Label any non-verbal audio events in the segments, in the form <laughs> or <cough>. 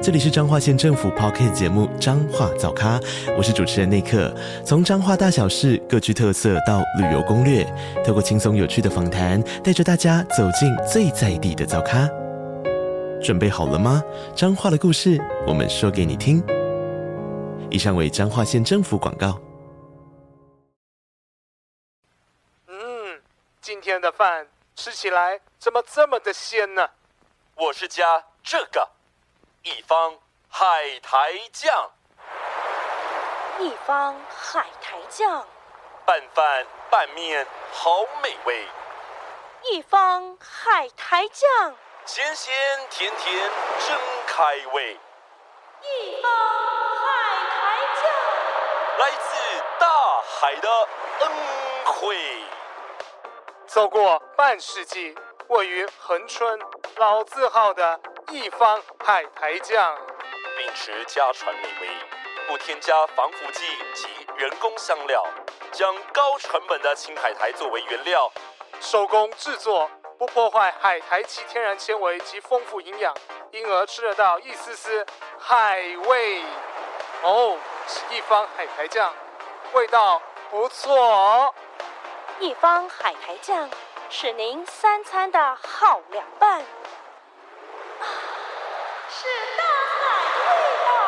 这里是彰化县政府 p o c k t 节目《彰化早咖》，我是主持人内克。从彰化大小事各具特色到旅游攻略，透过轻松有趣的访谈，带着大家走进最在地的早咖。准备好了吗？彰化的故事，我们说给你听。以上为彰化县政府广告。嗯，今天的饭吃起来怎么这么的鲜呢？我是加这个，一方海苔酱，一方海苔酱，拌饭拌面好美味，一方海苔酱，咸咸甜甜真开胃，一方海苔酱。来自大海的恩惠。走过半世纪，位于恒春老字号的一方海苔酱，秉持家传美味，不添加防腐剂及人工香料，将高成本的青海苔作为原料，手工制作，不破坏海苔其天然纤维及丰富营养，因而吃得到一丝丝海味。哦，是一方海苔酱，味道不错哦。一方海苔酱是您三餐的好凉拌，啊，是大海味道。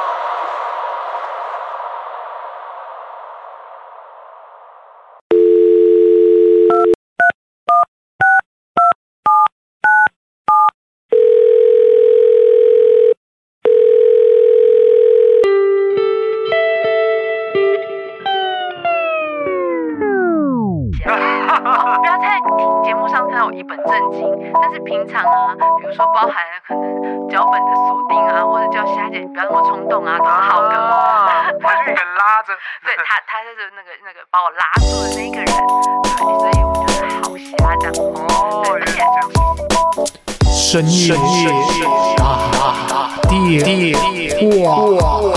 哦，不要在节目上看到我一本正经，但是平常啊，比如说包含可能脚本的锁定啊，或者叫霞姐你不要那么冲动啊，都是好哥。啊，我就给拉着。 <laughs> 对他，他就是那个那个把我拉住的那一个人，对所以我就是好霞这样。哦，对，而原来是且这样。深夜大地哇！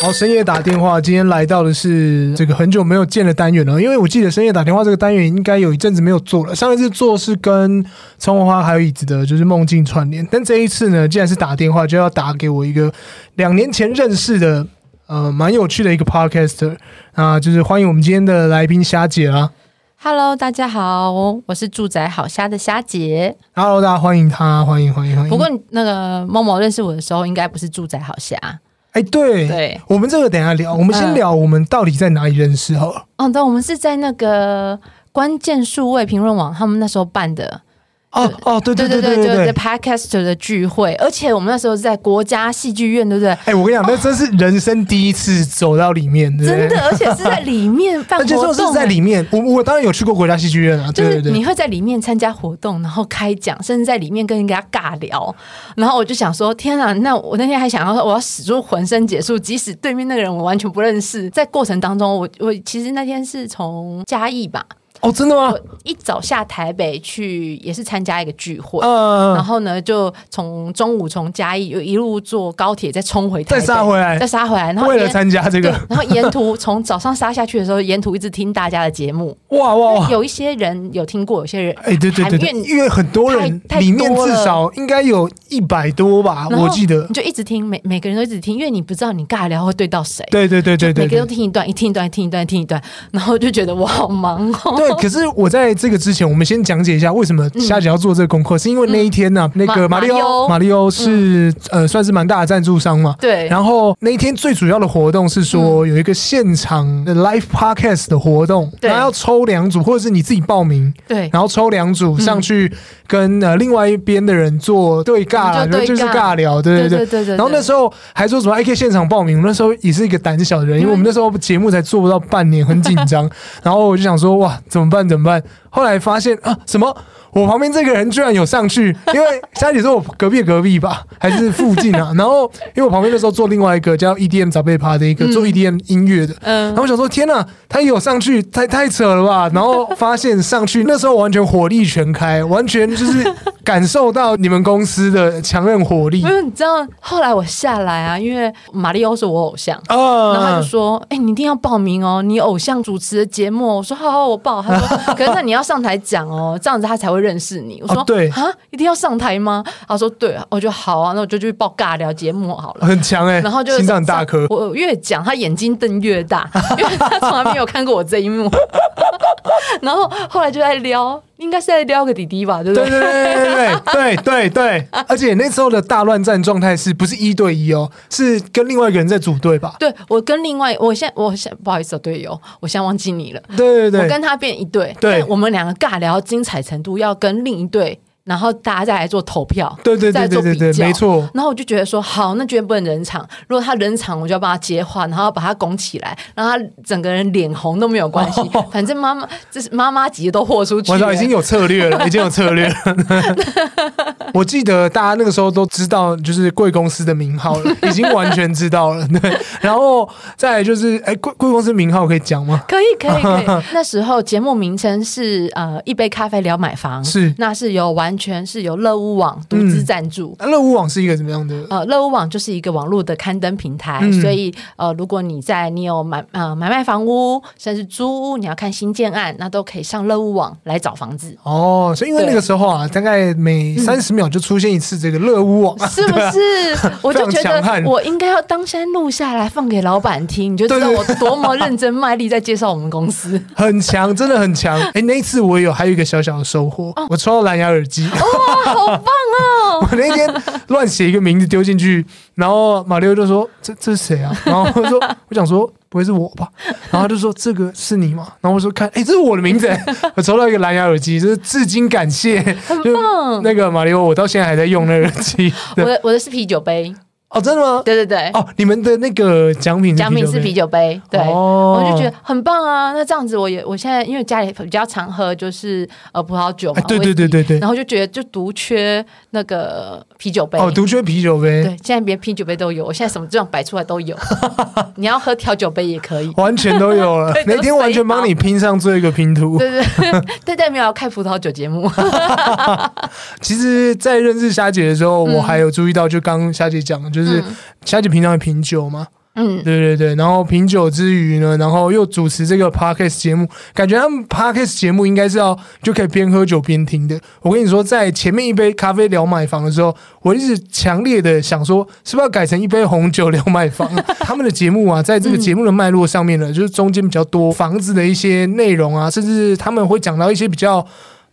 好，深夜打电话，今天来到的是这个很久没有见的单元了，因为我记得深夜打电话这个单元应该有一阵子没有做了，上一次做是跟葱花还有椅子的，就是梦境串联，但这一次呢，既然是打电话，就要打给我一个两年前认识的，呃，蛮有趣的一个 podcaster，啊，就是欢迎我们今天的来宾虾姐啊啦。 Hello，大家好，我是住宅好虾的虾姐。 Hello，大家欢迎她，欢迎欢迎欢迎。不过那个某某认识我的时候，应该不是住宅好虾。哎、对，对我们这个等一下聊，我们先嗯聊我们到底在哪里认识好了。哦，对，我们是在那个关键数位评论网他们那时候办的，哦哦，对对对对就是对 Podcaster 的聚会，而且我们那时候是在国家戏剧院，对不对？哎、我跟你讲，那真是人生第一次走到里面，对不对真的，而且是在里面 <laughs> 办而且活说是动，欸哎在里面，我我当然有去过国家戏剧院啊，就对是对对你。会在里面参加活动，然后开讲，甚至在里面跟人家尬聊。然后我就想说，天啊！那我那天还想要说，我要使出浑身解数，即使对面那个人我完全不认识。在过程当中，我 <laughs> 我其实那天是从嘉义吧，哦，真的吗我？一早下台北去，也是参加一个聚会。然呃，后呢，就从中午从嘉义又一路坐高铁，再冲回台再北，杀回来再杀回来。然后为了沿参加这个，对，然后沿途从早上杀下去的时候，沿途一直听大家的节目。哇哇哇！有一些人有听过，有些人哦哎、对对对对，还因为因为很多人太太里面多至了少应该有一百多吧，然后我记得你。就一直听，每每个人都一直听，因为你不知道你尬聊会对到谁。对对对对对每个对都听一段，一听一段，一听一段，一听一段，然后就觉得我好忙哦。对，可是我在这个之前，我们先讲解一下为什么虾姐要做这个功课，是因为那一天呢、那个马嗯马里欧马里欧嗯马里欧是、呃算是蛮大的赞助商嘛。对嗯然后那一天最主要的活动是说有一个现场的 live podcast 的活动，对然后要抽两组，或者是你自己报名， <laughs> 对嗯然后抽两组上去跟、呃另外一边的人做对尬，我们就对尬就是尬聊，对对对对对对然后那时候还说什么 AK 现场报名，我那时候也是一个胆小的人，因为嗯我们那时候节目才做不到 <laughs> 半年，很紧张。然后我就想说哇，怎么办？怎么办？后来发现啊，什么？我旁边这个人居然有上去，因为虾姐说我隔壁的隔壁 <laughs> 吧，还是附近啊。然后因为我旁边那时候做另外一个叫 EDM 早被趴的一个做 EDM 音乐的，嗯然后我想说天呐，他也有上去，太太扯了吧。然后发现上去那时候完全火力全开，完全就是感受到你们公司的强韧火力因为你知道，后来我下来啊，因为马里欧是我偶像，然后他啊就。说：“哎、你一定要报名哦，你偶像主持的节目哦。”我说：“好好，我报。” <laughs> 他说：“可是那你要上台讲哦，这样子他才会认识你。”我说：“哦对啊，一定要上台吗？”他说：“对。”我就好啊，那我就去报尬聊节目好了。很强哎、然后就心脏很大颗，我越讲他眼睛瞪越大， <laughs> 因为他从来没有看过我这一幕。 <laughs> 然后后来就在撩，应该是在撩个弟弟吧，对不对对对对对对对对，而且那时候的大乱战状态是不是一对一哦？是跟另外一个人在组队吧？对我跟另外，我现在我现不好意思、哦，队友，我现在忘记你了。对对对，我跟他变一对，对但我们两个尬聊精彩程度要跟另一对，然后大家再来做投票，对对对再来做对比对对较没错然后我就觉得说，好，那绝对不能冷场。如果他冷场，我就要帮他接话，然后把他拱起来，让他整个人脸红都没 <laughs> 有关系。反正妈妈这是妈妈级的都豁出去我知道了，哦已经有策略 <laughs> 了，已经有策略了。我记得大家那个时候都知道，就是贵公司的名号 <laughs> 了，已经完全知道了。对，然后再来就是，哎，贵贵公司名号可以讲吗？可以可以可以。 <laughs> 那时候节目名称是呃一杯咖啡聊买房，是嗯那是由完全是由乐屋网独资赞助。那乐屋网是一个怎么样的？呃，乐屋网就是一个网络的刊登平台，嗯所以呃，如果你在你有买呃买卖房屋，甚至租屋，你要看新建案，那都可以上乐屋网来找房子，哦，所以因为那个时候啊，大概每三十秒就出现一次这个乐屋网，嗯是不对啊 <laughs> 是？我就觉非常强悍得我应该要当山录下来放给老板听，你就知道对我对多 <laughs> 么认真卖力在介绍我们公司。很强，真的很强。哎、那一次我有还有一个小小的收获，我抽到蓝牙耳机。哦哇，好棒哦！ <laughs> 我那天乱写一个名字丢进去，然后马六就说：“这这是谁啊？”然后我说：“我想说不会是我吧？”然后他就说：“这个是你吗？”然后我说：“看，哎、这是我的名字。 <laughs> 哎”我抽到一个蓝牙耳机，就是至今感谢，就棒那个马六，我到现在还在用那个耳机。 <laughs> 我对的我的是啤酒杯，哦，真的吗？对对对。哦，你们的那个奖品奖品是杯啤酒杯，对，哦我就觉得很棒啊。那这样子，我也我现在因为家里比较常喝就是呃葡萄酒嘛哎，对威士忌对对对对然后就觉得就独缺那个啤酒杯。哦，独缺啤酒对，杯，现在连啤酒杯都有，我现在什么这样摆出来都 <laughs> 有。你要喝调酒杯也可以，完全都有了 <laughs> 对。那天都塞完全帮好你拼上最后一个拼图。对对 <laughs> 对，但但没有开葡萄酒节目，其实，在认识霞姐的时候，我嗯还有注意到，就刚刚霞姐讲的，就是霞姐平常也品酒嘛，嗯，对对对，然后品酒之余呢，然后又主持这个 podcast 节目，感觉他们 podcast 节目应该是要就可以边喝酒边听的。我跟你说，在前面一杯咖啡聊买房的时候，我一直强烈的想说，是不是要改成一杯红酒聊买 <laughs> 房？他们的节目啊，在这个节目的脉络上面呢，就是中间比较多房子的一些内容啊，甚至他们会讲到一些比较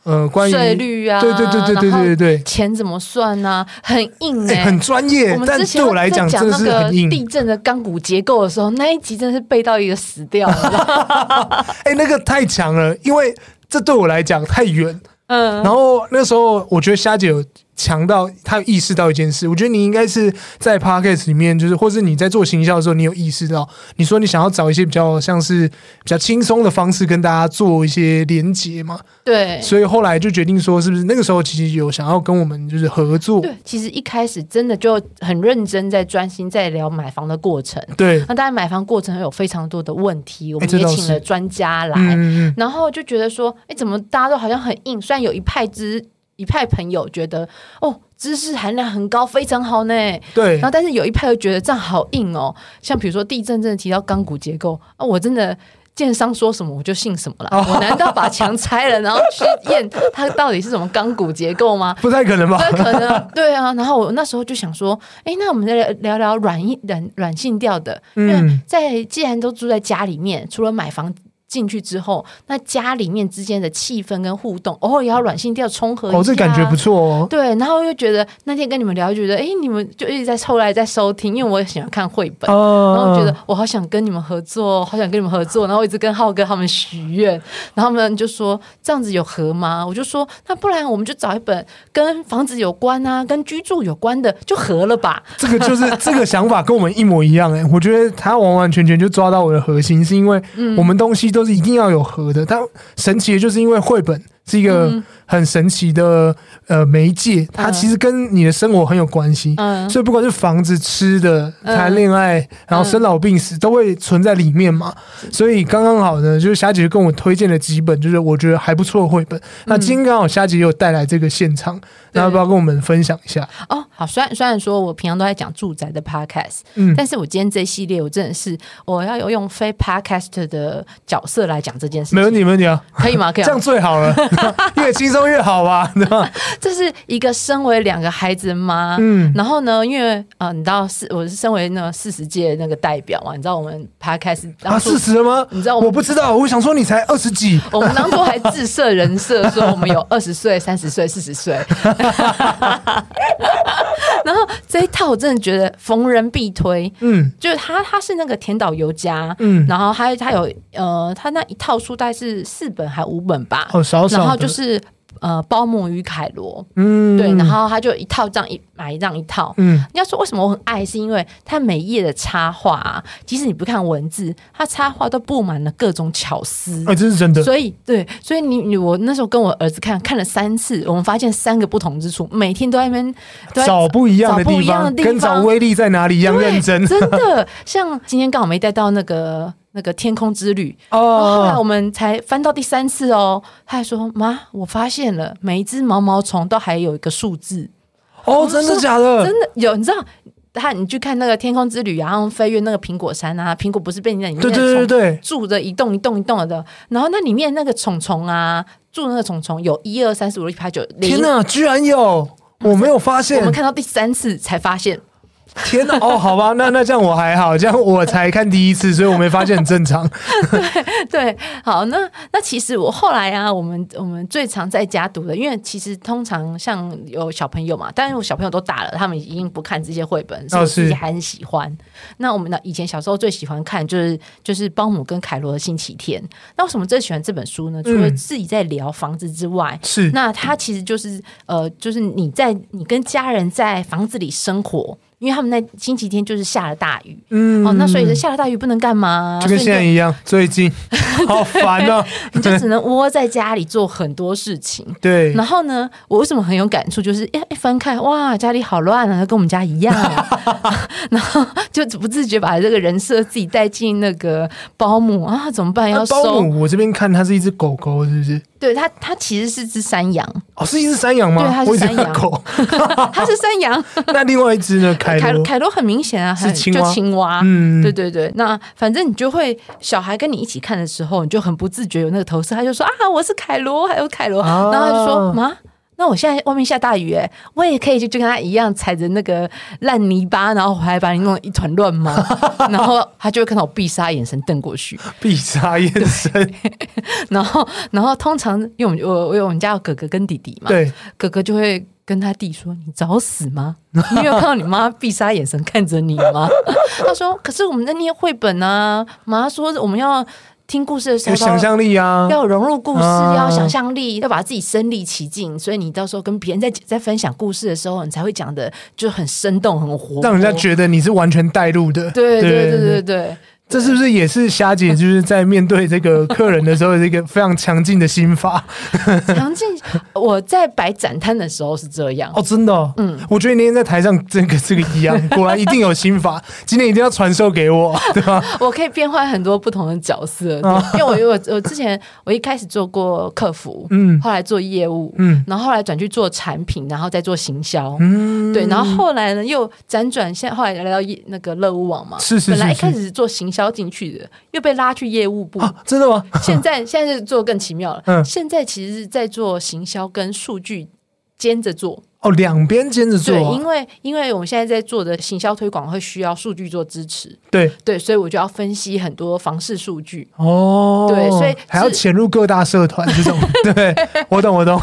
呃关于税率啊，对对对对对然后对对对。钱怎么算呢？很硬哎、哎，很专业我，们但之前对我来在讲真讲的那是个很硬。地震的钢骨结构的时候，那一集真的是背到一个死掉 <laughs> 了。哎、那个太强了，因为这对我来讲太远。嗯，然后那时候我觉得虾姐有强到，她有意识到一件事，我觉得你应该是在 podcast 里面，就是或是你在做行销的时候，你有意识到，你说你想要找一些比较像是比较轻松的方式跟大家做一些连接嘛， <laughs> 对。所以后来就决定说，是不是那个时候其实有想要跟我们就是合作，对，其实一开始真的就很认真在专心在聊买房的过程。对，那当然，买房过程有非常多的问题，我哎们这也倒请了是专家来，嗯嗯然后就觉得说，哎，怎么大家都好像很硬？虽然有一派之一派朋友觉得，哦，知识含量很高，非常好呢。嗯，对然后，，但是有一派又觉得这样好硬哦。像比如说地震，真的提到钢骨结构啊，我真的建商说什么我就信什么 <laughs> 了。我难道把墙拆了，然后去验它到底是什么钢骨结构吗？不太可能吧？不可能啊，<laughs> 对啊。然后我那时候就想说，哎，那我们再聊聊聊软一软软性调的，因为嗯在既然都住在家里面，除了买房。进去之后，那家里面之间的气氛跟互动，偶尔也要软性调冲和一下啊、哦，这感觉不错哦，对，然后又觉得那天跟你们聊，觉得哎，诶你们就一直在后来在收听，因为我也喜欢看绘本。哦，然后我觉得我好想跟你们合作，好想跟你们合作，然后我一直跟浩哥他们许愿，然后他们就说这样子有合吗？我就说那不然我们就找一本跟房子有关啊、跟居住有关的就合了吧。这个 <laughs> 就是这个想法跟我们一模一样哎、我觉得他完完全全就抓嗯到我的核心，是因为我们东西都是一定要有合的。但神奇的就是因为绘本是一个嗯很神奇的呃媒介，它其实跟你的生活很有关系。嗯所以不管是房子、吃的、嗯谈恋爱，然后生老病死，都会存在里面嘛。嗯所以刚刚好呢，就是霞姐就跟我推荐了几本，就是我觉得还不错的绘本。那嗯今天刚好霞姐也有带来这个现场，那要不要跟我们分享一下？哦，好，虽然虽然说我平常都在讲住宅的 podcast，嗯但是我今天这一系列我真的是我要有用非 podcast 的角色来讲这件事情，没问题，没问题啊，可以吗？可以这吗样？最 <laughs> 好了，越轻松越好吧，对吧？这是一个身为两个孩子的妈，嗯然后呢，因为呃，你知道四我是身为那个四十届那个代表嘛，你知道我们 podcast 当啊，初四十了吗？你知道我我不知道，我想说你才二十几，我们当初还自设人设，说我 <laughs> 们有二十岁、三十岁、四十岁。 <laughs> 然后这一套我真的觉得逢人必推，嗯就是他他是那个田岛由佳，嗯，然后他他有呃，他那一套书大概是四本还五本吧，哦，少少的，然后就是呃，包姆与凯罗，嗯，对，然后他就一套这样一买这样一套。嗯你要说为什么我很爱，是因为他每一页的插画、啊，即使你不看文字，他插画都布满了各种巧思。哎，这是真的，所以，对，所以你你我那时候跟我儿子看看了三次，我们发现三个不同之处，每天都在那边都在找不一样的找不地一样的方，地跟找威力在哪里一样对认真真的。像今天刚好没带到那个那个天空之旅，然后后来我哦。们才翻到第三次哦，他还说妈，我发现了，每一只毛毛虫都还有一个数字，哦，真的假的？真的有，你知道。他，你去看那个《天空之旅》啊，然后飞越那个苹果山啊，苹果不是被那里面对的对对虫对对住着一栋一栋一栋的，然后那里面那个虫虫啊，住那个虫虫有一二三四五六七八九，天哪！哪，居然有！我没有发我现们，看到第三次才发现，天哪！哦，好吧，那那这样我还好，这样我才看第一次，所以我没发现很正 <laughs> 常。对，好，那那其实我后来啊，我们我们最常在家读的，因为其实通常像有小朋友嘛，但是我小朋友都大了，他们已经不看这些绘本，所哦以我自己是还很喜欢。那我们呢，以前小时候最喜欢看就是就是包姆跟凯罗的星期天。那为什么最喜欢这本书呢？除了嗯自己在聊房子之外，是，那它其实就是呃，就是你在你跟家人在房子里生活，因为他们那星期天就是下了大雨。嗯哦，那所以是下了大雨不能干嘛？就跟所以你现在一样，最 <laughs> 近好烦哦。你就只能窝在家里做很多事情。 <laughs> 对，然后呢，我为什么很有感触？就是哎，一翻看，哇，家里好乱啊，跟我们家一样、啊。 <laughs> 然后就不自觉把这个人设自己带进那个保姆啊，怎么办？要那包收？姆，我这边看它是一只狗狗，是不是？对他，他其实是只山羊，哦，是一只山羊吗？对它是我一直山羊看狗。他是山羊。 <laughs> 那另外一只 <laughs> 呢？凯凯罗。凯罗很明显啊，是很青蛙就青蛙。嗯对对对，那反正你就会，小孩跟你一起看的时候，你就很不自觉有那个投射，他就说啊，我是凯罗，还有凯罗，啊然后他就说妈，那我现在外面下大雨，哎，我也可以就就跟他一样踩着那个烂泥巴，然后我还把你弄得一团乱 <laughs> 吗？然后他就会看到我必杀眼神瞪过去，必杀眼 <laughs> 神，然后然后通常因为我们我我有我们家有哥哥跟弟弟嘛，对，哥哥就会跟他弟说：“你找 <laughs> 死吗？你有看到你妈必杀眼神看着你吗？” <laughs> 他说：“可是我们在念绘本啊，妈说我们要听故事的时有候想象力啊，要融入故事，啊要有想象力，要把自己身临其境。所以你到时候跟别人在在分享故事的时候，你才会讲的就很生动、很活泼，让人家觉得你是完全带入的。对对对对对。”这是不是也是虾 <laughs> 姐就是在面对这个客人的时候，这个非常强劲的心法？常见，我在摆展摊的时候是这样哦，，真的、哦，嗯，我觉得你那天在台上这个这个一 <laughs> 样，果然一定有心法，今天一定要传授给我，对吧？我可以变换很多不同的角色，哦因为我我我之前我一开始做过客服，嗯后来做业务，嗯然后后来转去做产品，然后再做行销，嗯，对，然后后来呢又辗转，现在后来来到业那个乐务网嘛，是是是本来一是开始是做行销进去的，又被拉去业务部。啊，真的吗？现在现在是做得更奇妙了，嗯现在其实是在做行销跟数据兼着做，哦，两边兼着做对，啊、因为因为我们现在在做的行销推广会需要数据做支持，对，对，所以我就要分析很多房市数据。哦，对所以还要是 <laughs> 潜入各大社团这种，对我懂我懂，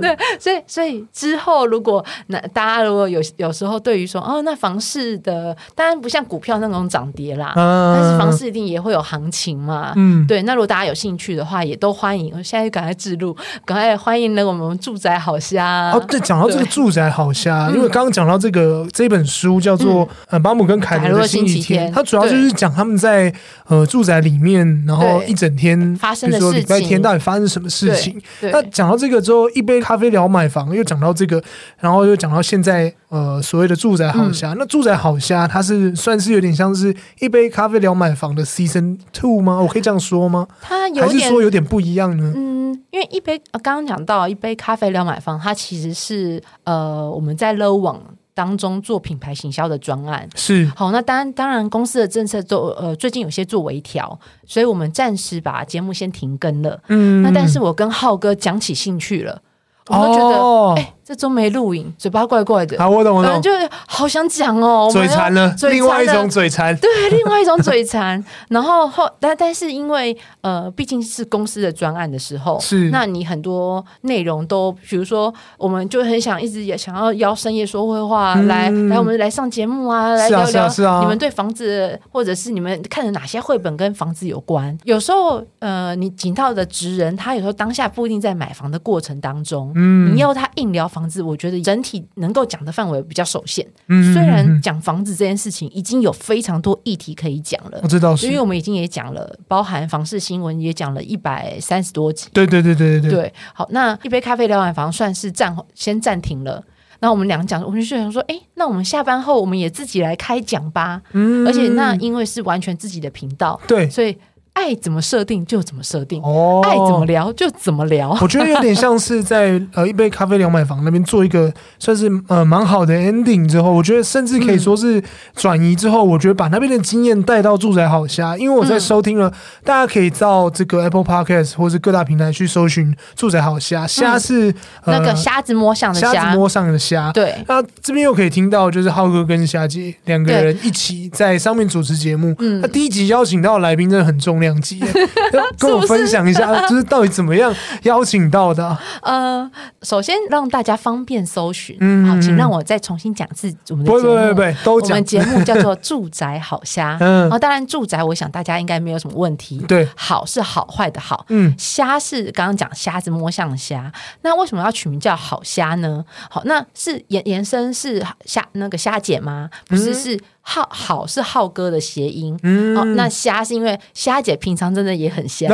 对，所以所以之后如果那大家如果有有时候对于说哦，那房市的当然不像股票那种涨跌啦，嗯但是房市一定也会有行情嘛。嗯对，那如果大家有兴趣的话，也都欢迎。我现在就赶快置入，赶快欢迎那个我们住宅好虾。哦，对，讲到这个啊对嗯住宅好瞎，因为刚刚讲到这个这本书叫做《呃巴姆跟凯凯罗罗的星星期期天》，天它主要就是讲他们在呃住宅里面，然后对一整天发生的比如说事礼拜天情到底发生什么事情。对那讲到这个之后，一杯咖啡聊买房，又讲到这个，然后又讲到现在呃所谓的住宅好嗯虾。那住宅好虾，它是算是有点像是一杯咖啡聊买房的 Season Two 吗？我可以这样说吗？它有还是点说有点不一样呢？嗯，因为一杯呃刚刚讲到一杯咖啡聊买房，它其实是呃我们在乐网当中做品牌行销的专案。是好，那当然，当然，公司的政策都呃最近有些做微调，所以我们暂时把节目先停更了。嗯那但是我跟浩哥讲起兴趣了，我们都觉得，哎、哦这周没录影，嘴巴怪怪的，好，我懂我反懂正。就是好想讲哦，我们嘴要馋了，嘴另外一馋了种嘴馋。对，另外一种嘴馋。 <laughs> 然后后，但但是因为呃，毕竟是公司的专案的时候，是那你很多内容都，比如说，我们就很想一直也想要邀深夜说会话、嗯来来，我们来上节目啊，来是啊聊是啊聊是啊你们对房子或者是你们看了哪些绘本跟房子有关。有时候呃，你请到的职人，他有时候当下不一定在买房的过程当中，嗯你要他硬聊房子，我觉得整体能够讲的范围比较受限。嗯虽嗯嗯然嗯讲房子这件事情已经有非常多议题可以讲了我，知哦道是因为，我们已经也讲了，包含房市新闻也讲了一百三十多集。对对对对对对，对，好，那一杯咖啡聊完房算是暂先暂停了。然后我们俩讲，我们就想说，哎，那我们下班后我们也自己来开讲吧。嗯而且那因为是完全自己的频道，对所以爱怎么设定就怎么设定，哦，嗯爱怎么？聊就怎么聊。我觉得有点像是在呃一杯咖啡两买房那边做一个算是呃蛮好的 ending 之后，我觉得甚至嗯可以说是转移之后，我觉得把那边的经验带到住宅好虾，因为我在嗯收听了，大家可以到这个 Apple Podcast 或是各大平台去搜寻住宅好虾，虾是呃嗯那个瞎子摸象的瞎瞎子，摸上的虾，对那这边又可以听到，就是浩哥跟霞姐两个人一起在上面主持节目。嗯那第一集邀请到的来宾真的很重量级耶， <laughs> 要跟我分享一下，就是到底怎么样邀请到的啊、呃，首先让大家方便搜寻，嗯好，请让我再重新讲一次我们的不节会目。不会不会，都我们讲，节目叫做《住宅好虾》<laughs> 嗯哦，当然住宅，我想大家应该没有什么问题。对好是好坏的好，嗯虾是刚刚讲虾子摸象虾，那为什么要取名叫好虾呢？好，那是延延伸是虾那个虾姐吗？不是，是浩好是浩哥的谐音。嗯哦，那虾是因为虾姐平常真的也很 <laughs> 虾，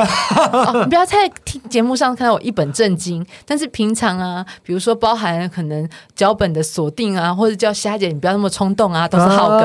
哦、你不要在听节目上看到我一本正经，但是平常啊，比如说包含可能脚本的锁定啊，或者叫虾姐，你不要那么冲动啊，都是浩哥，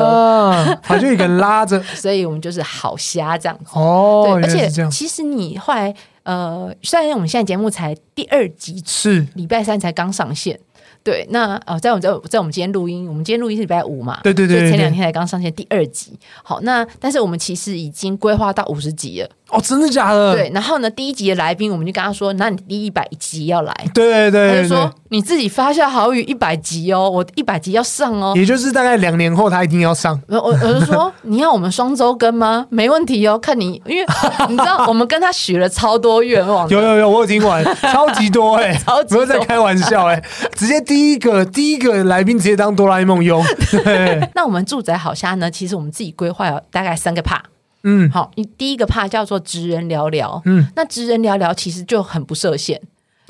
啊，他就一个人拉 <laughs> 着所以我们就是好虾这样子。哦，对，而原来且是这样，其实你后来呃，虽然我们现在节目才第二集，是礼拜三才刚上线。对，那呃，在我们在在我们今天录音，我们今天录音是礼拜五嘛？对对对所对以前对两天才刚上线第二集。好，那但是我们其实已经规划到五十集了。哦，真的假的？对，然后呢，第一集的来宾我们就跟他说，那你第一百集要来，对对他对对就说。你自己发下好语一百集哦，我一百集要上哦。也就是大概两年后，他一定要上。我我就 <laughs> 说你要我们双周更吗？没问题哦，看你，因为你 <laughs> 知道我们跟他许了超多愿望的，有有有，我有听 <laughs> 完，超级多哎、超级不要多再开玩笑哎、直接第一个第一个来宾直接当哆啦 A 梦 <laughs> 用，对，那我们住宅好虾呢？其实我们自己规划有大概三个 part。嗯，好，你第一个 part 叫做职人聊聊，嗯，那职人聊聊其实就很不设限，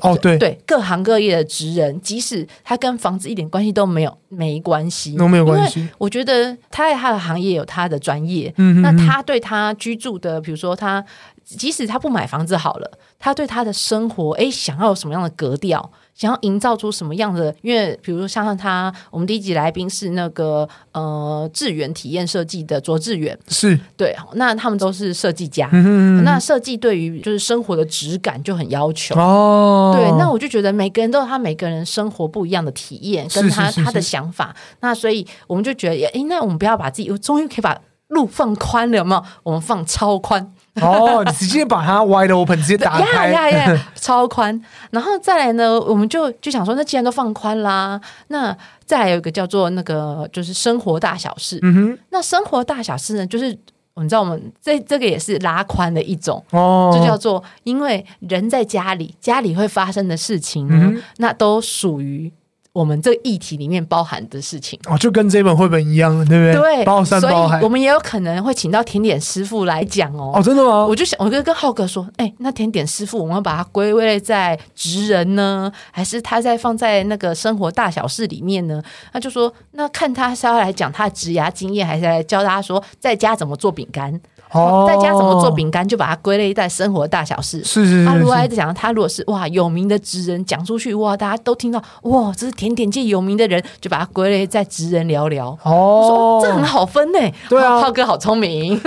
哦对，对各行各业的职人，即使他跟房子一点关系都没有，没关系，都没有关系因为我觉得他在他的行业有他的专业，嗯嗯那嗯他对他居住的，比如说他，即使他不买房子好了，他对他的生活，诶，想要有什么样的格调，想要营造出什么样的？因为比如说像他，我们第一集来宾是那个呃志远体验设计的卓志远，是，对，那他们都是设计家，嗯那设计对于就是生活的质感就很要求。哦，对，那我就觉得每个人都有他每个人生活不一样的体验，跟是是他是他的是想法。那所以我们就觉得，哎，那我们不要把自己，我终于可以把路放宽了，有没有？我们放超宽，哦，你直接把它 wide open，直接打呀开，呀呀， <laughs> 超宽。然后再来呢，我们就就想说，那既然都放宽啦，那再来有一个叫做那个就是生活大小事。嗯哼，那生活大小事呢，就是你知道我们这这个也是拉宽的一种，哦，就叫做因为人在家里，家里会发生的事情呢，嗯哼那都属于我们这个议题里面包含的事情。哦，就跟这本绘本一样，对不对？对，包山所包海以我。们也有可能会请到甜点师傅来讲哦。哦，真的吗我？就想，我就跟浩哥说，哎、那甜点师傅，我们要把它归类在职人呢，还是他在放在那个生活大小事里面呢？他就说，那看他是要来讲他的职涯经验，还是来教大家说在家怎么做饼干？哦，在家怎么做？饼干，就把它归类在生活大小事。是是是他如果在是，讲，他如果是哇有名的职人讲出去，哇大家都听到，哇这是甜点界有名的人，就把它归类在职人聊聊。我哦说，这很好分呢、对啊浩浩哥好聪明。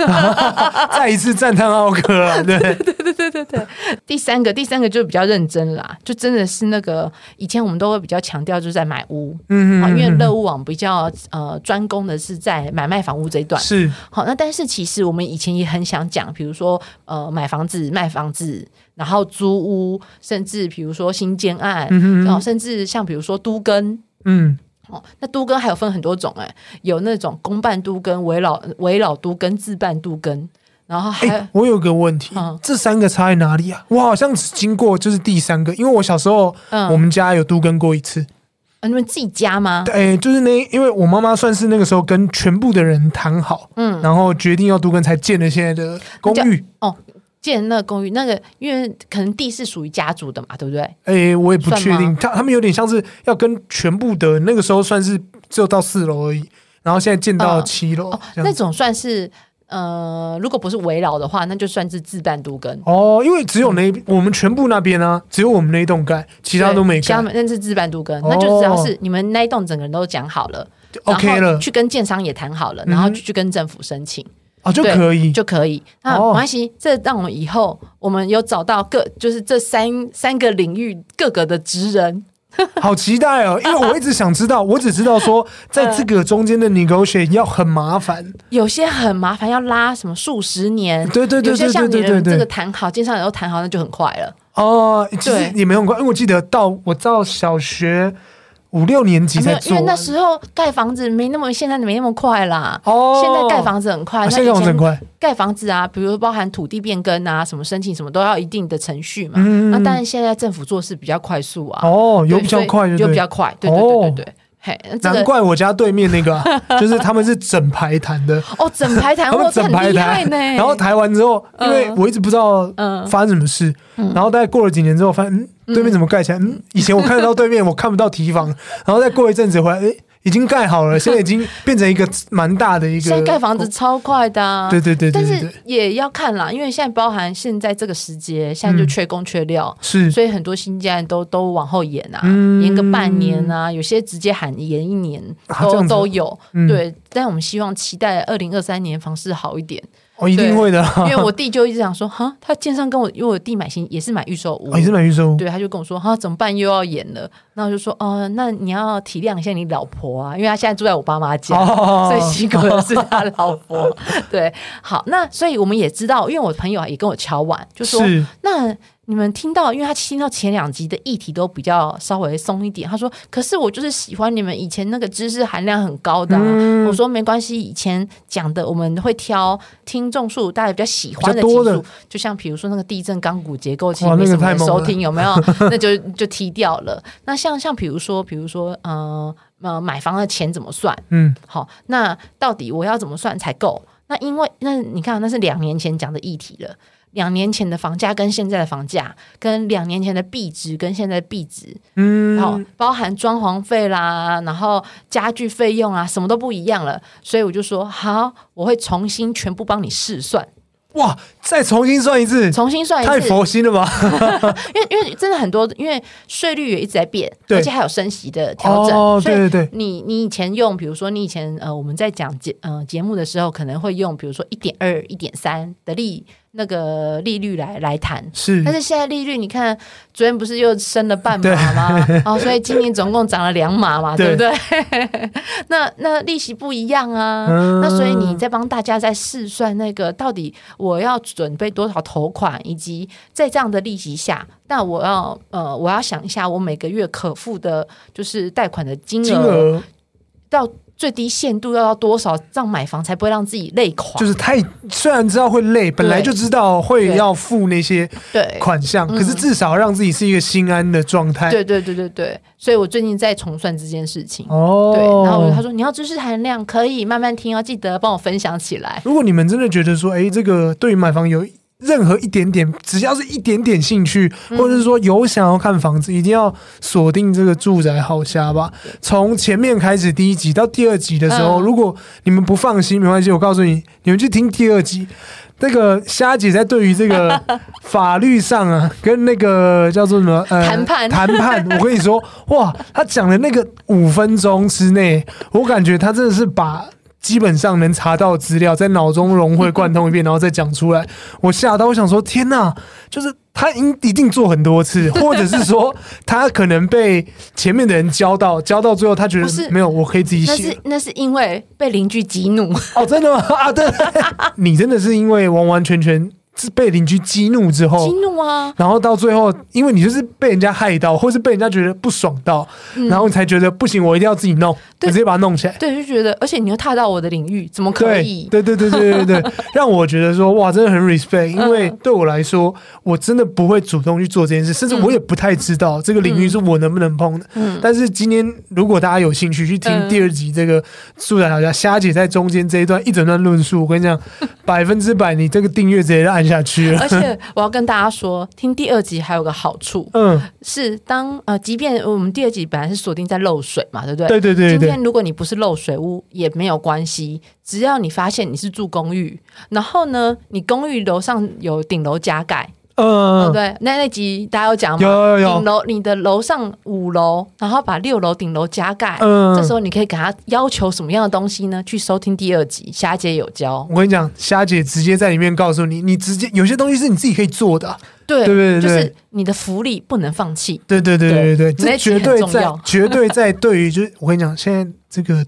再一次赞叹奥克啊，对，第三个，第三个就比较认真啦，就真的是那个以前我们都会比较强调就是在买屋，嗯啊，因为乐乐屋网比较呃专攻的是在买卖房屋这一段。是好，那但是其实我们以前也很想讲，比如说呃买房子、卖房子，然后租屋，甚至比如说新建案，嗯然哼后甚至像比如说都更。嗯，哦，那都更还有分很多种哎、有那种公办都更、围老围老都更、自办都更，然后还有、哎，我有个问题嗯，这三个差在哪里啊？我好像只经过就是第三个，因为我小时候嗯我们家有都跟过一次，啊你们自己家吗？哎，就是那因为我妈妈算是那个时候跟全部的人谈好，嗯，然后决定要都跟才建了现在的公寓。哦，建那个公寓，那个因为可能地是属于家族的嘛，对不对？哎，我也不确算定，吗他他们有点像是要跟全部的那个时候算是只有到四楼而已，然后现在建到嗯七楼哦，这那样子。种算是呃，如果不是围绕的话，那就算是自办都跟。哦，因为只有那一我们全部那边啊，只有我们那一栋盖，其他嗯对都没其他盖没那是自办都跟，哦那就只要是你们那一栋整个人都讲好了，OK 然了后去跟建商也谈好了，然后去跟政府申请。啊，就对可以。就可以。那哦没关系，这让我们以后我们有找到各就是这三三个领域各个的职人，好期待哦，因为我一直想知道，我只知道 <laughs> 说，在这个中嗯间的 negotiate 要很麻烦，有些很麻烦，要拉什么数十年，对对对有些对像你对对们对这个谈好，建商也都谈好，那就很快了。哦，其实对也没有很快，因为我记得到我到小学五六年级啊没才有，因做为完，那时候盖房子没那么，现在没那么快啦。哦现在盖房子很快，啊那现在以我前很快，盖房子啊，比如包含土地变更啊，什么申请什么都要一定的程序嘛。啊嗯嗯嗯那当然现在政府做事比较快速啊，哦，对有比较快所以就对哦有比较快，对对对对对。嘿，那这难个怪我家对面那 <laughs> 个啊、就是他们是整排弹的，哦，整排谈他们货 <laughs> 这整很排厉害弹，呢。然后弹完之后，因为我一直不知道嗯发生什么事，然后大概过了几年之后，发现嗯，对面怎么盖起来？嗯，以前我看得到对面，我看不到提防，然后再过一阵子回来，诶，已经盖好 <laughs> 了，现在已经变成一个蛮大的一个。哦现在盖房子，超快的、啊，对对对对但对是对，也要看啦，因为现在包含现在这个时节，现嗯在就缺工缺料，是所以很多新建案都都往后延啊，嗯延个半年啊，有些直接喊延一年啊这都、样子都有。嗯对，但我们希望期待二零二三年房市好 <laughs> 一点，我一定会的啊，因为我弟就一直想说，哈，他建商跟我，因为我弟买新也是买预售屋。哦，你是买预售屋，对，他就跟我说：“哈，怎么办？又要演了。”那我就说：“哦、那你要体谅一下你老婆啊，因为她现在住在我爸妈家。哦最辛苦的是他老婆。对，好，那所以我们也知道，因为我朋友也跟我敲碗，就说是那你们听到，因为他听到前两集的议题都比较稍微松一点，他说，可是我就是喜欢你们以前那个知识含量很高的、啊。嗯我说没关系，以前讲的我们会挑听众数大家比较喜欢的比集较多数，的就像比如说那个地震钢骨结构，其哇实没那个什么人太猛收了听，有没 <laughs> 有？那就就踢掉了。那像像比如说，比如说，呃呃，买房的钱怎么算？嗯，好，那到底我要怎么算才够？那因为那你看，那是两年前讲的议题了。两年前的房价跟现在的房价，跟两年前的币值跟现在的币值，嗯，好、包含装潢费啦，然后家具费用啊，什么都不一样了。所以我就说，好，我会重新全部帮你试算，哇，再重新算一次，重新算一太次，佛心了吧？ <laughs> 因为因为真的很多，因为税率也一直在变，对而且还有升息的调整，哦所以对对对你你以前用，比如说你以前呃，我们在讲节呃节目的时候，可能会用比如说一点二、一点三的利那个利率来来谈。是，但是现在利率，你看昨天不是又升了半码吗？ <laughs> 哦，所以今年总共涨了两码嘛，对对不对？ <laughs> 那那利息不一样啊，嗯那所以你在帮大家在试算那个到底我要准备多少头款，以及在这样的利息下，那我要呃我要想一下我每个月可付的就是贷款的金额金额到最低限度要到多少这样买房才不会让自己累垮？就是太虽然知道会累，本来就知道会对要付那些对嗯款项，可是至少让自己是一个心安的状态。对对对对对，所以我最近在重算这件事情。哦，对，然后他说你要知识含量可以慢慢听，要记得帮我分享起来。如果你们真的觉得说，哎，这个对于买房有任何一点点，只要是一点点兴趣，嗯或者是说有想要看房子，一定要锁定这个住宅好虾吧。从前面开始第一集到第二集的时候，嗯如果你们不放心，没关系，我告诉你，你们去听第二集。那个虾姐在对于这 <laughs> 个法律上啊，跟那个叫做什么呃谈判谈判，我跟你说，哇，她讲的那个五分钟之内，我感觉她真的是把基本上能查到的资料在脑中融会贯通一遍，然后再讲出来。我吓到，我想说，天哪，就是他一一定做很多次，或者是说他可能被前面的人教到，教到最后他觉不是得没有，我可以自己那是写。那是因为被邻居激怒，哦，真的吗？啊，对， <laughs> 你真的是因为完完全全是被邻居激怒之后 <laughs> 激。怒啊！然后到最后，因为你就是被人家害到，或是被人家觉得不爽到，然后你才觉得不行，我一定要自己弄，我嗯对直接把它弄起来。对，就觉得，而且你又踏到我的领域，怎么可对以？对对对对对 <laughs> 对，让我觉得说哇，真的很 respect，因为嗯对我来说，我真的不会主动去做这件事，甚至嗯我也不太知道这个领域是我能不能碰的。但是今天如果大家有兴趣去听嗯第二集这个素然好家虾姐在中间这一段一整段论述，我跟你讲，百分之百你这个订阅直接就按下去了而。且我要跟大家说，听第二集还有个好处，嗯，是当呃，即便我们第二集本来是锁定在漏水嘛，对不对？对对对对今天如果你不是漏水屋也没有关系，只要你发现你是住公寓，然后呢，你公寓楼上有顶楼加盖，对不嗯，哦对？那那集大家有讲有吗？有顶有，楼，你的楼上五楼，然后把六楼顶楼加盖，嗯这时候你可以给他要求什么样的东西呢？去收听第二集，霞姐有教。我跟你讲，虾姐直接在里面告诉你，你直接有些东西是你自己可以做的啊、对对对对就是你的福利不能放弃。对对对对对，对这那绝集对很重在要绝对在对于就是我跟你讲，现在这个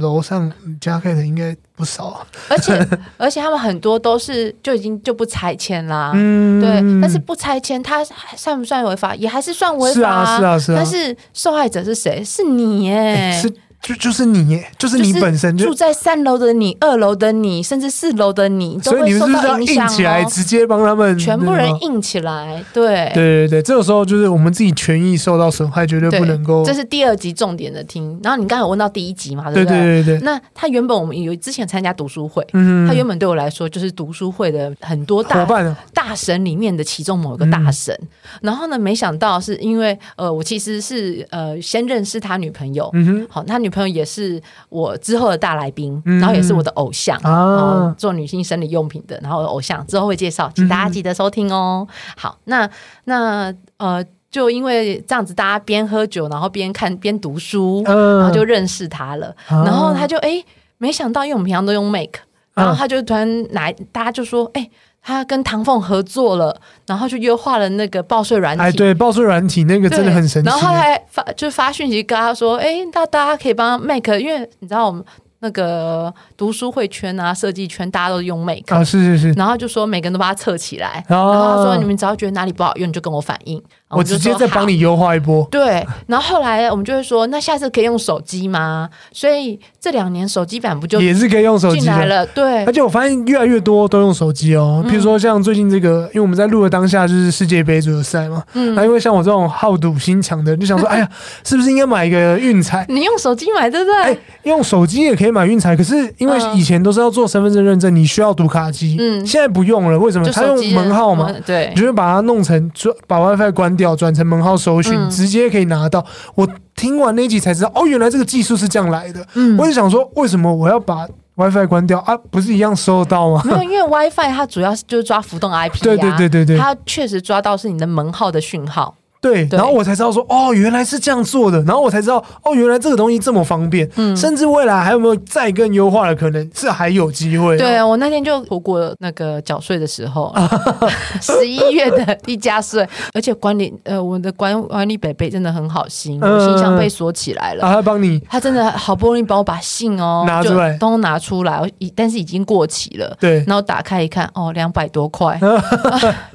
楼上加盖的应该不少 <laughs> 啊，而 <laughs> 且而且他们很多都是就已经就不拆迁啦，嗯对，但是不拆迁，它算不算违法？也还是算违是法、啊是啊是啊但是受害者是谁？是你耶， <laughs> 是就就是你耶，就是你本身哎住就，在三楼的你、二楼的你，甚至四楼的你，都所以会你受们是不是到要影硬响起来，哦。直接帮他们全部人那个吗硬起来，对对对对，这个时候就是我们自己权益受到损害，绝对对不能够。这是第二集重点的听。然后你刚才有问到第一集嘛，对不对对对那他原本我们有之前参加读书会，嗯他原本对我来说就是读书会的很多大伙伴啊大神里面的其中某个大神。然后呢，没想到是因为呃，我其实是呃先认识他女朋友，嗯哼嗯好，他女朋友也是我之后的大来宾，然后也是我的偶像啊然后做女性生理用品的，然后偶像之后会介绍，请大家记得收听哦。好，那那呃。就因为这样子，大家边喝酒，然后边看边读书，嗯然后就认识他了。啊然后他就哎、诶没想到，因为我们平常都用 Make，然后嗯他就突然拿，大家就说，哎、他跟唐凤合作了，然后就优化了那个报税软体。哎，对，报税软体那个对真的很神奇。然后他还发就发讯息跟他说，哎、那大家可以帮 Make，因为你知道我们那个读书会圈啊、设计圈，大家都用 Make，、啊，是是是，然后就说每个人都把它测起来，哦然后他说你们只要觉得哪里不好用，你就跟我反映，我就直接说再帮好你优化一波。对，然后后来我们就会说，那下次可以用手机吗？所以这两年手机版不就也是可以用手机进来的，了？对而，且我发现越来越多都用手机哦，譬如说像最近这个，因为我们在录的当下就是世界杯足球赛嘛，那因为像我这种好赌心强的人，就想说，哎呀，是不是应该买一个运彩？你用手机买对不对？哎、用手机也可以买运彩，可是因为嗯以前都是要做身份证认证，你需要读卡机，嗯现在不用了，为什么？就他手机用门号嘛，嗯对你就，会把它弄成转，把 WiFi 关掉，转成门号搜寻，嗯直接可以拿到。我听完那集才知道，哦，原来这个技术是这样来的。嗯我就想说，为什么我要把 WiFi 关掉啊？不是一样收得到吗？没有，因为 WiFi 它主要是就是抓浮动 IP，、啊、对对对对对它确实抓到是你的门号的讯号。对， <laughs> 对然后我才知道说，哦，原来是这样做的，然后我才知道，哦，原来这个东西这么方便，嗯甚至未来还有没有再更优化的可能，是还有机会。哦对，啊我那天就错过那个缴税的时候，啊 <laughs> 十一月的一加税，而且管理呃我的管管理北北真的很好心，嗯我信箱被锁起来了然。后他帮你，他真的好不容易帮我把信哦拿出来就都拿出来，我已但是已经过期了。对然后打 <laughs> 开一看，哦，两百多块，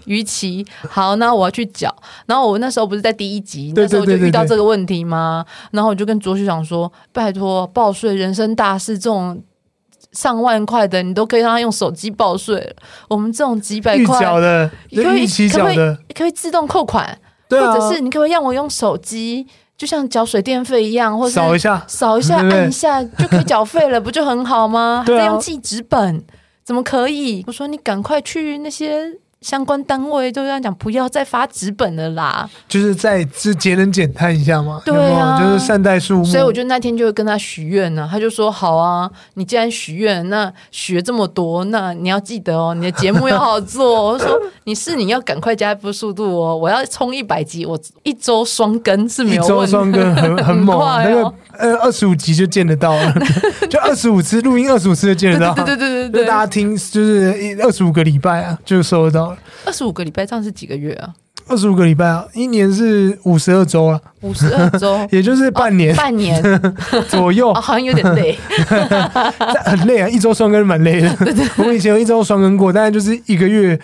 逾期。好，那我要去缴。然后我那时候不是在第一集，对那时候我就对对对遇到这个问题吗？然后我就跟卓学长说：“拜托，报税人生大事，这种上万块的，你都可以让他用手机报税了。我们这种几百预块，缴可的，不可预以期可不缴可以的，可不可以自动扣款？对啊，或者是你可不可以让我用手机，就像缴水电费一样，或是扫一下，扫一下、对不对按一下就可以缴费了，不就很 <laughs> 好吗？对啊还在用记纸本，怎么可以？我说你赶快去那些相关单位，就这样讲，不要再发纸本了啦。就是在是节能减碳一下嘛，对啊有没有就是善待树木，所以我就那天就跟他许愿呢，他就说好啊，你既然许愿，那许了这么多，那你要记得哦，你的节目要好好做、哦。我说你是你要赶快加步速度哦，我要冲一百集，我一周双更是没一有周问题。双更很很猛，很那快个哦呃二十五集就见得到 <laughs> 了，就二十五次录音二十五次就见对得到，对对对就对大家对，听就是二十五个礼拜啊就收得到了，二十五个礼拜，这样是几个月啊？二十五个礼拜啊，一年是五十二周啊，五十二周，也就是半年哦半年 <laughs> 左右哦，，好像有 <laughs> 点累。但很累啊，一周双更蛮累的。 <laughs> 我们以前有一周双更过，但是就是一个月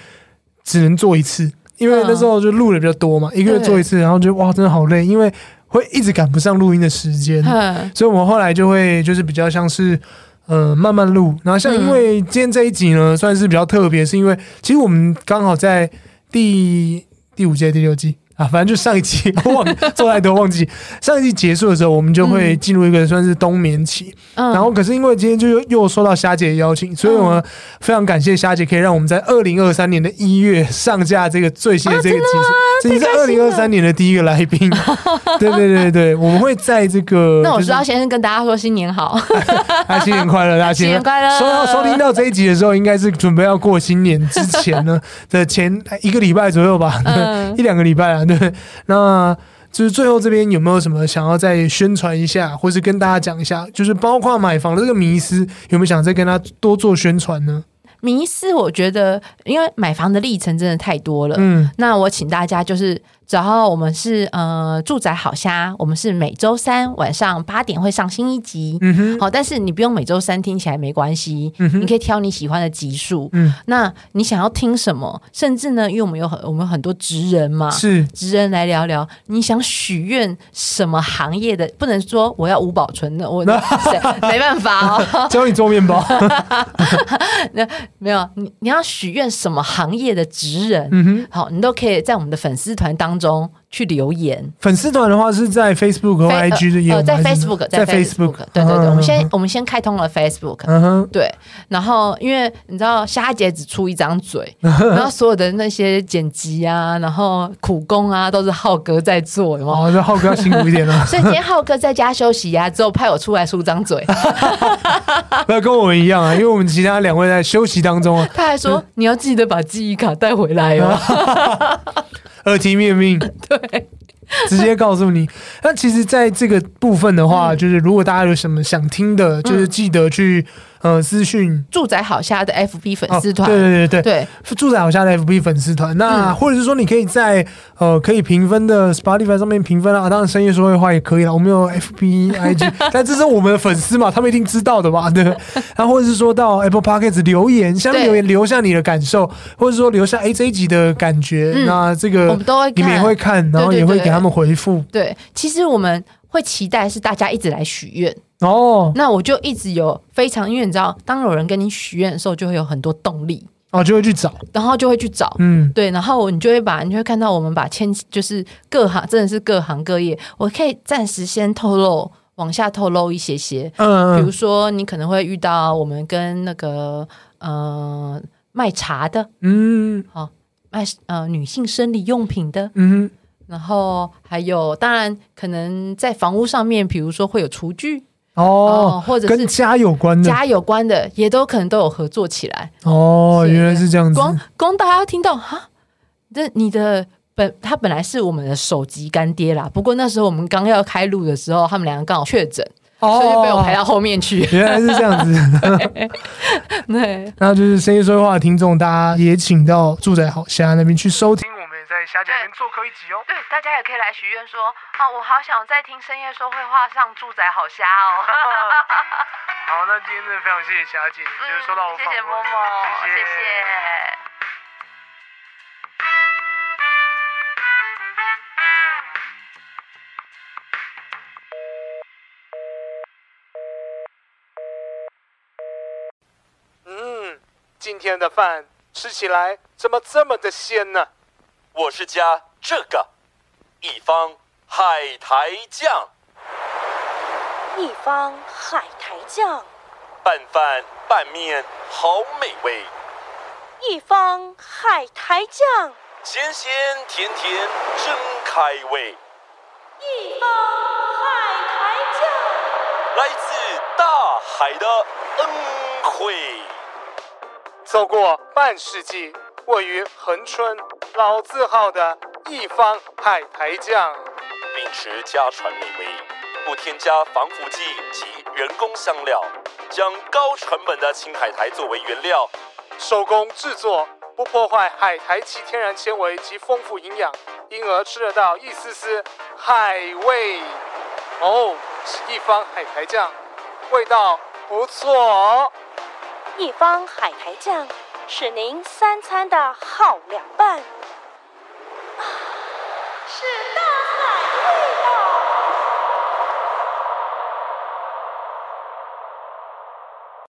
只能做一次，因为那时候就录的比较多嘛，一个月做一次，然后就哇，真的好累，因为会一直赶不上录音的时间，嗯所以我们后来就会就是比较像是。呃，慢慢录，然后像因为嗯今天这一集呢，算是比较特别，是因为其实我们刚好在第第五届、第六季啊，反正就上一季 <laughs> 忘做太多忘记，上一季结束的时候，我们就会进入一个算是冬眠期，嗯，然后可是因为今天就又又收到虾姐的邀请，所以我们非常感谢虾姐，可以让我们在二零二三年的一月上架这个最新的啊这个集数。这已经是二零二三年的第一个来宾。 <laughs> 对对对对，我们会在这个那我就是知道先生跟大家说新 <laughs> 年好，啊，新年快乐，大家新年快乐收到收听到这一集的时候，应该是准备要过新年之前 <laughs> 呢的前一个礼拜左右吧，嗯 <laughs> 对，一两个礼拜啊，对。那就是最后这边有没有什么想要再宣传一下，或是跟大家讲一下，就是包括买房的这个迷思，有没有想再跟他多做宣传呢？迷思我觉得，因为买房的历程真的太多了。嗯，那我请大家就是，只要我们是呃住宅好虾，我们是每周三晚上八点会上新一集。嗯哼，好、但是你不用每周三听起来没关系，嗯哼你可以挑你喜欢的集数。嗯，那你想要听什么？甚至呢，因为我们有很我们有很多职人嘛，是职人来聊聊，你想许愿什么行业的？不能说我要五保 <laughs> 存的，我谁没办法哦。教你做面 <laughs> 包。没有，你你要许愿什么行业的职人？嗯哼，好，你都可以在我们的粉丝团当中去留言。粉丝团的话是在 Facebook 和 IG 的非也呃有呃吗，在还是 Facebook，在在 Facebook，对对对，我们先嗯我们先开通了 Facebook，嗯哼，对，然后因为你知道虾姐只出一张嘴， <laughs> 然后所有的那些剪辑啊，然后苦工啊，都是浩哥在做，有吗？哦，这浩哥要辛苦一点了。 <laughs> 所以今天浩哥在家休息呀、啊之后派我出来出张 <laughs> 嘴，不要跟我们一样啊，因为我们其他两位在休息当 <laughs> 中啊，他还说你要记得把记忆卡带回 <laughs> 来哦。耳提面命，对，直接告诉你。那其实，在这个部分的话，嗯就是如果大家有什么想听的，就是记得去呃私讯。住宅好虾的 FB 粉丝团，哦对对对对，对嗯住宅好下的 FB 粉丝团，那、或者是说你可以在呃可以评分的 Spotify 上面评分啊，当然深夜说会话也可以了，我们有 FB、IG，但 <laughs> 这是我们的粉丝嘛，他们一定知道的嘛，对。然后或者是说到 Apple Podcast 留言，下面对留言留下你的感受，或者说留下哎这一集的感觉，嗯那这个我们都会看你们也会看，然后对对也会对给他们回复对，其实我们会期待是大家一直来许愿。哦那我就一直有非常，因为你知道，当有人跟你许愿的时候，就会有很多动力，哦就会去找，然后就会去找。嗯对，然后你就会把，你就会看到我们把千，就是各行，真的是各行各业，我可以暂时先透露，往下透露一些些，比如嗯说你可能会遇到我们跟那个呃卖茶的，嗯卖呃女性生理用品的，嗯然后还有当然可能在房屋上面，比如说会有厨具哦哦，或者是跟家有关的家有关的，也都可能都有合作起来。哦，是原来是这样子，光光大家听到哈，这你的本他本来是我们的首席干爹啦，不过那时候我们刚要开录的时候，他们两个刚好确诊，哦所以就被我排到后 <laughs> 面去。原来是这样 <laughs> 子，对， <laughs> 那就是深夜说话的听众，大家也请到住宅好虾那边去收听。听我们也在虾姐那边做客一集哦。哎对，大家也可以来许愿说，啊，我好想再听深夜说会话上住宅好虾哦。 <laughs> 好，那今天真的非常谢谢虾姐，就是收到我谢访嗯谢问默默，谢谢谢谢。嗯今天的饭吃起来怎么这么的鲜呢？我是加这个，一方海苔酱，一方海苔酱，拌饭拌面好美味，一方海苔酱，咸咸甜甜真开胃。一方海苔酱。来自大海的恩惠。走过半世纪，位于恒春老字号的一方海苔酱，秉持家传美味，不添加防腐剂及人工香料，将高成本的青海苔作为原料，手工制作，不破坏海苔其天然纤维及丰富营养，因而吃得到一丝丝海味。哦，一方海苔酱，味道不错哦。一方海苔酱是您三餐的好良伴。啊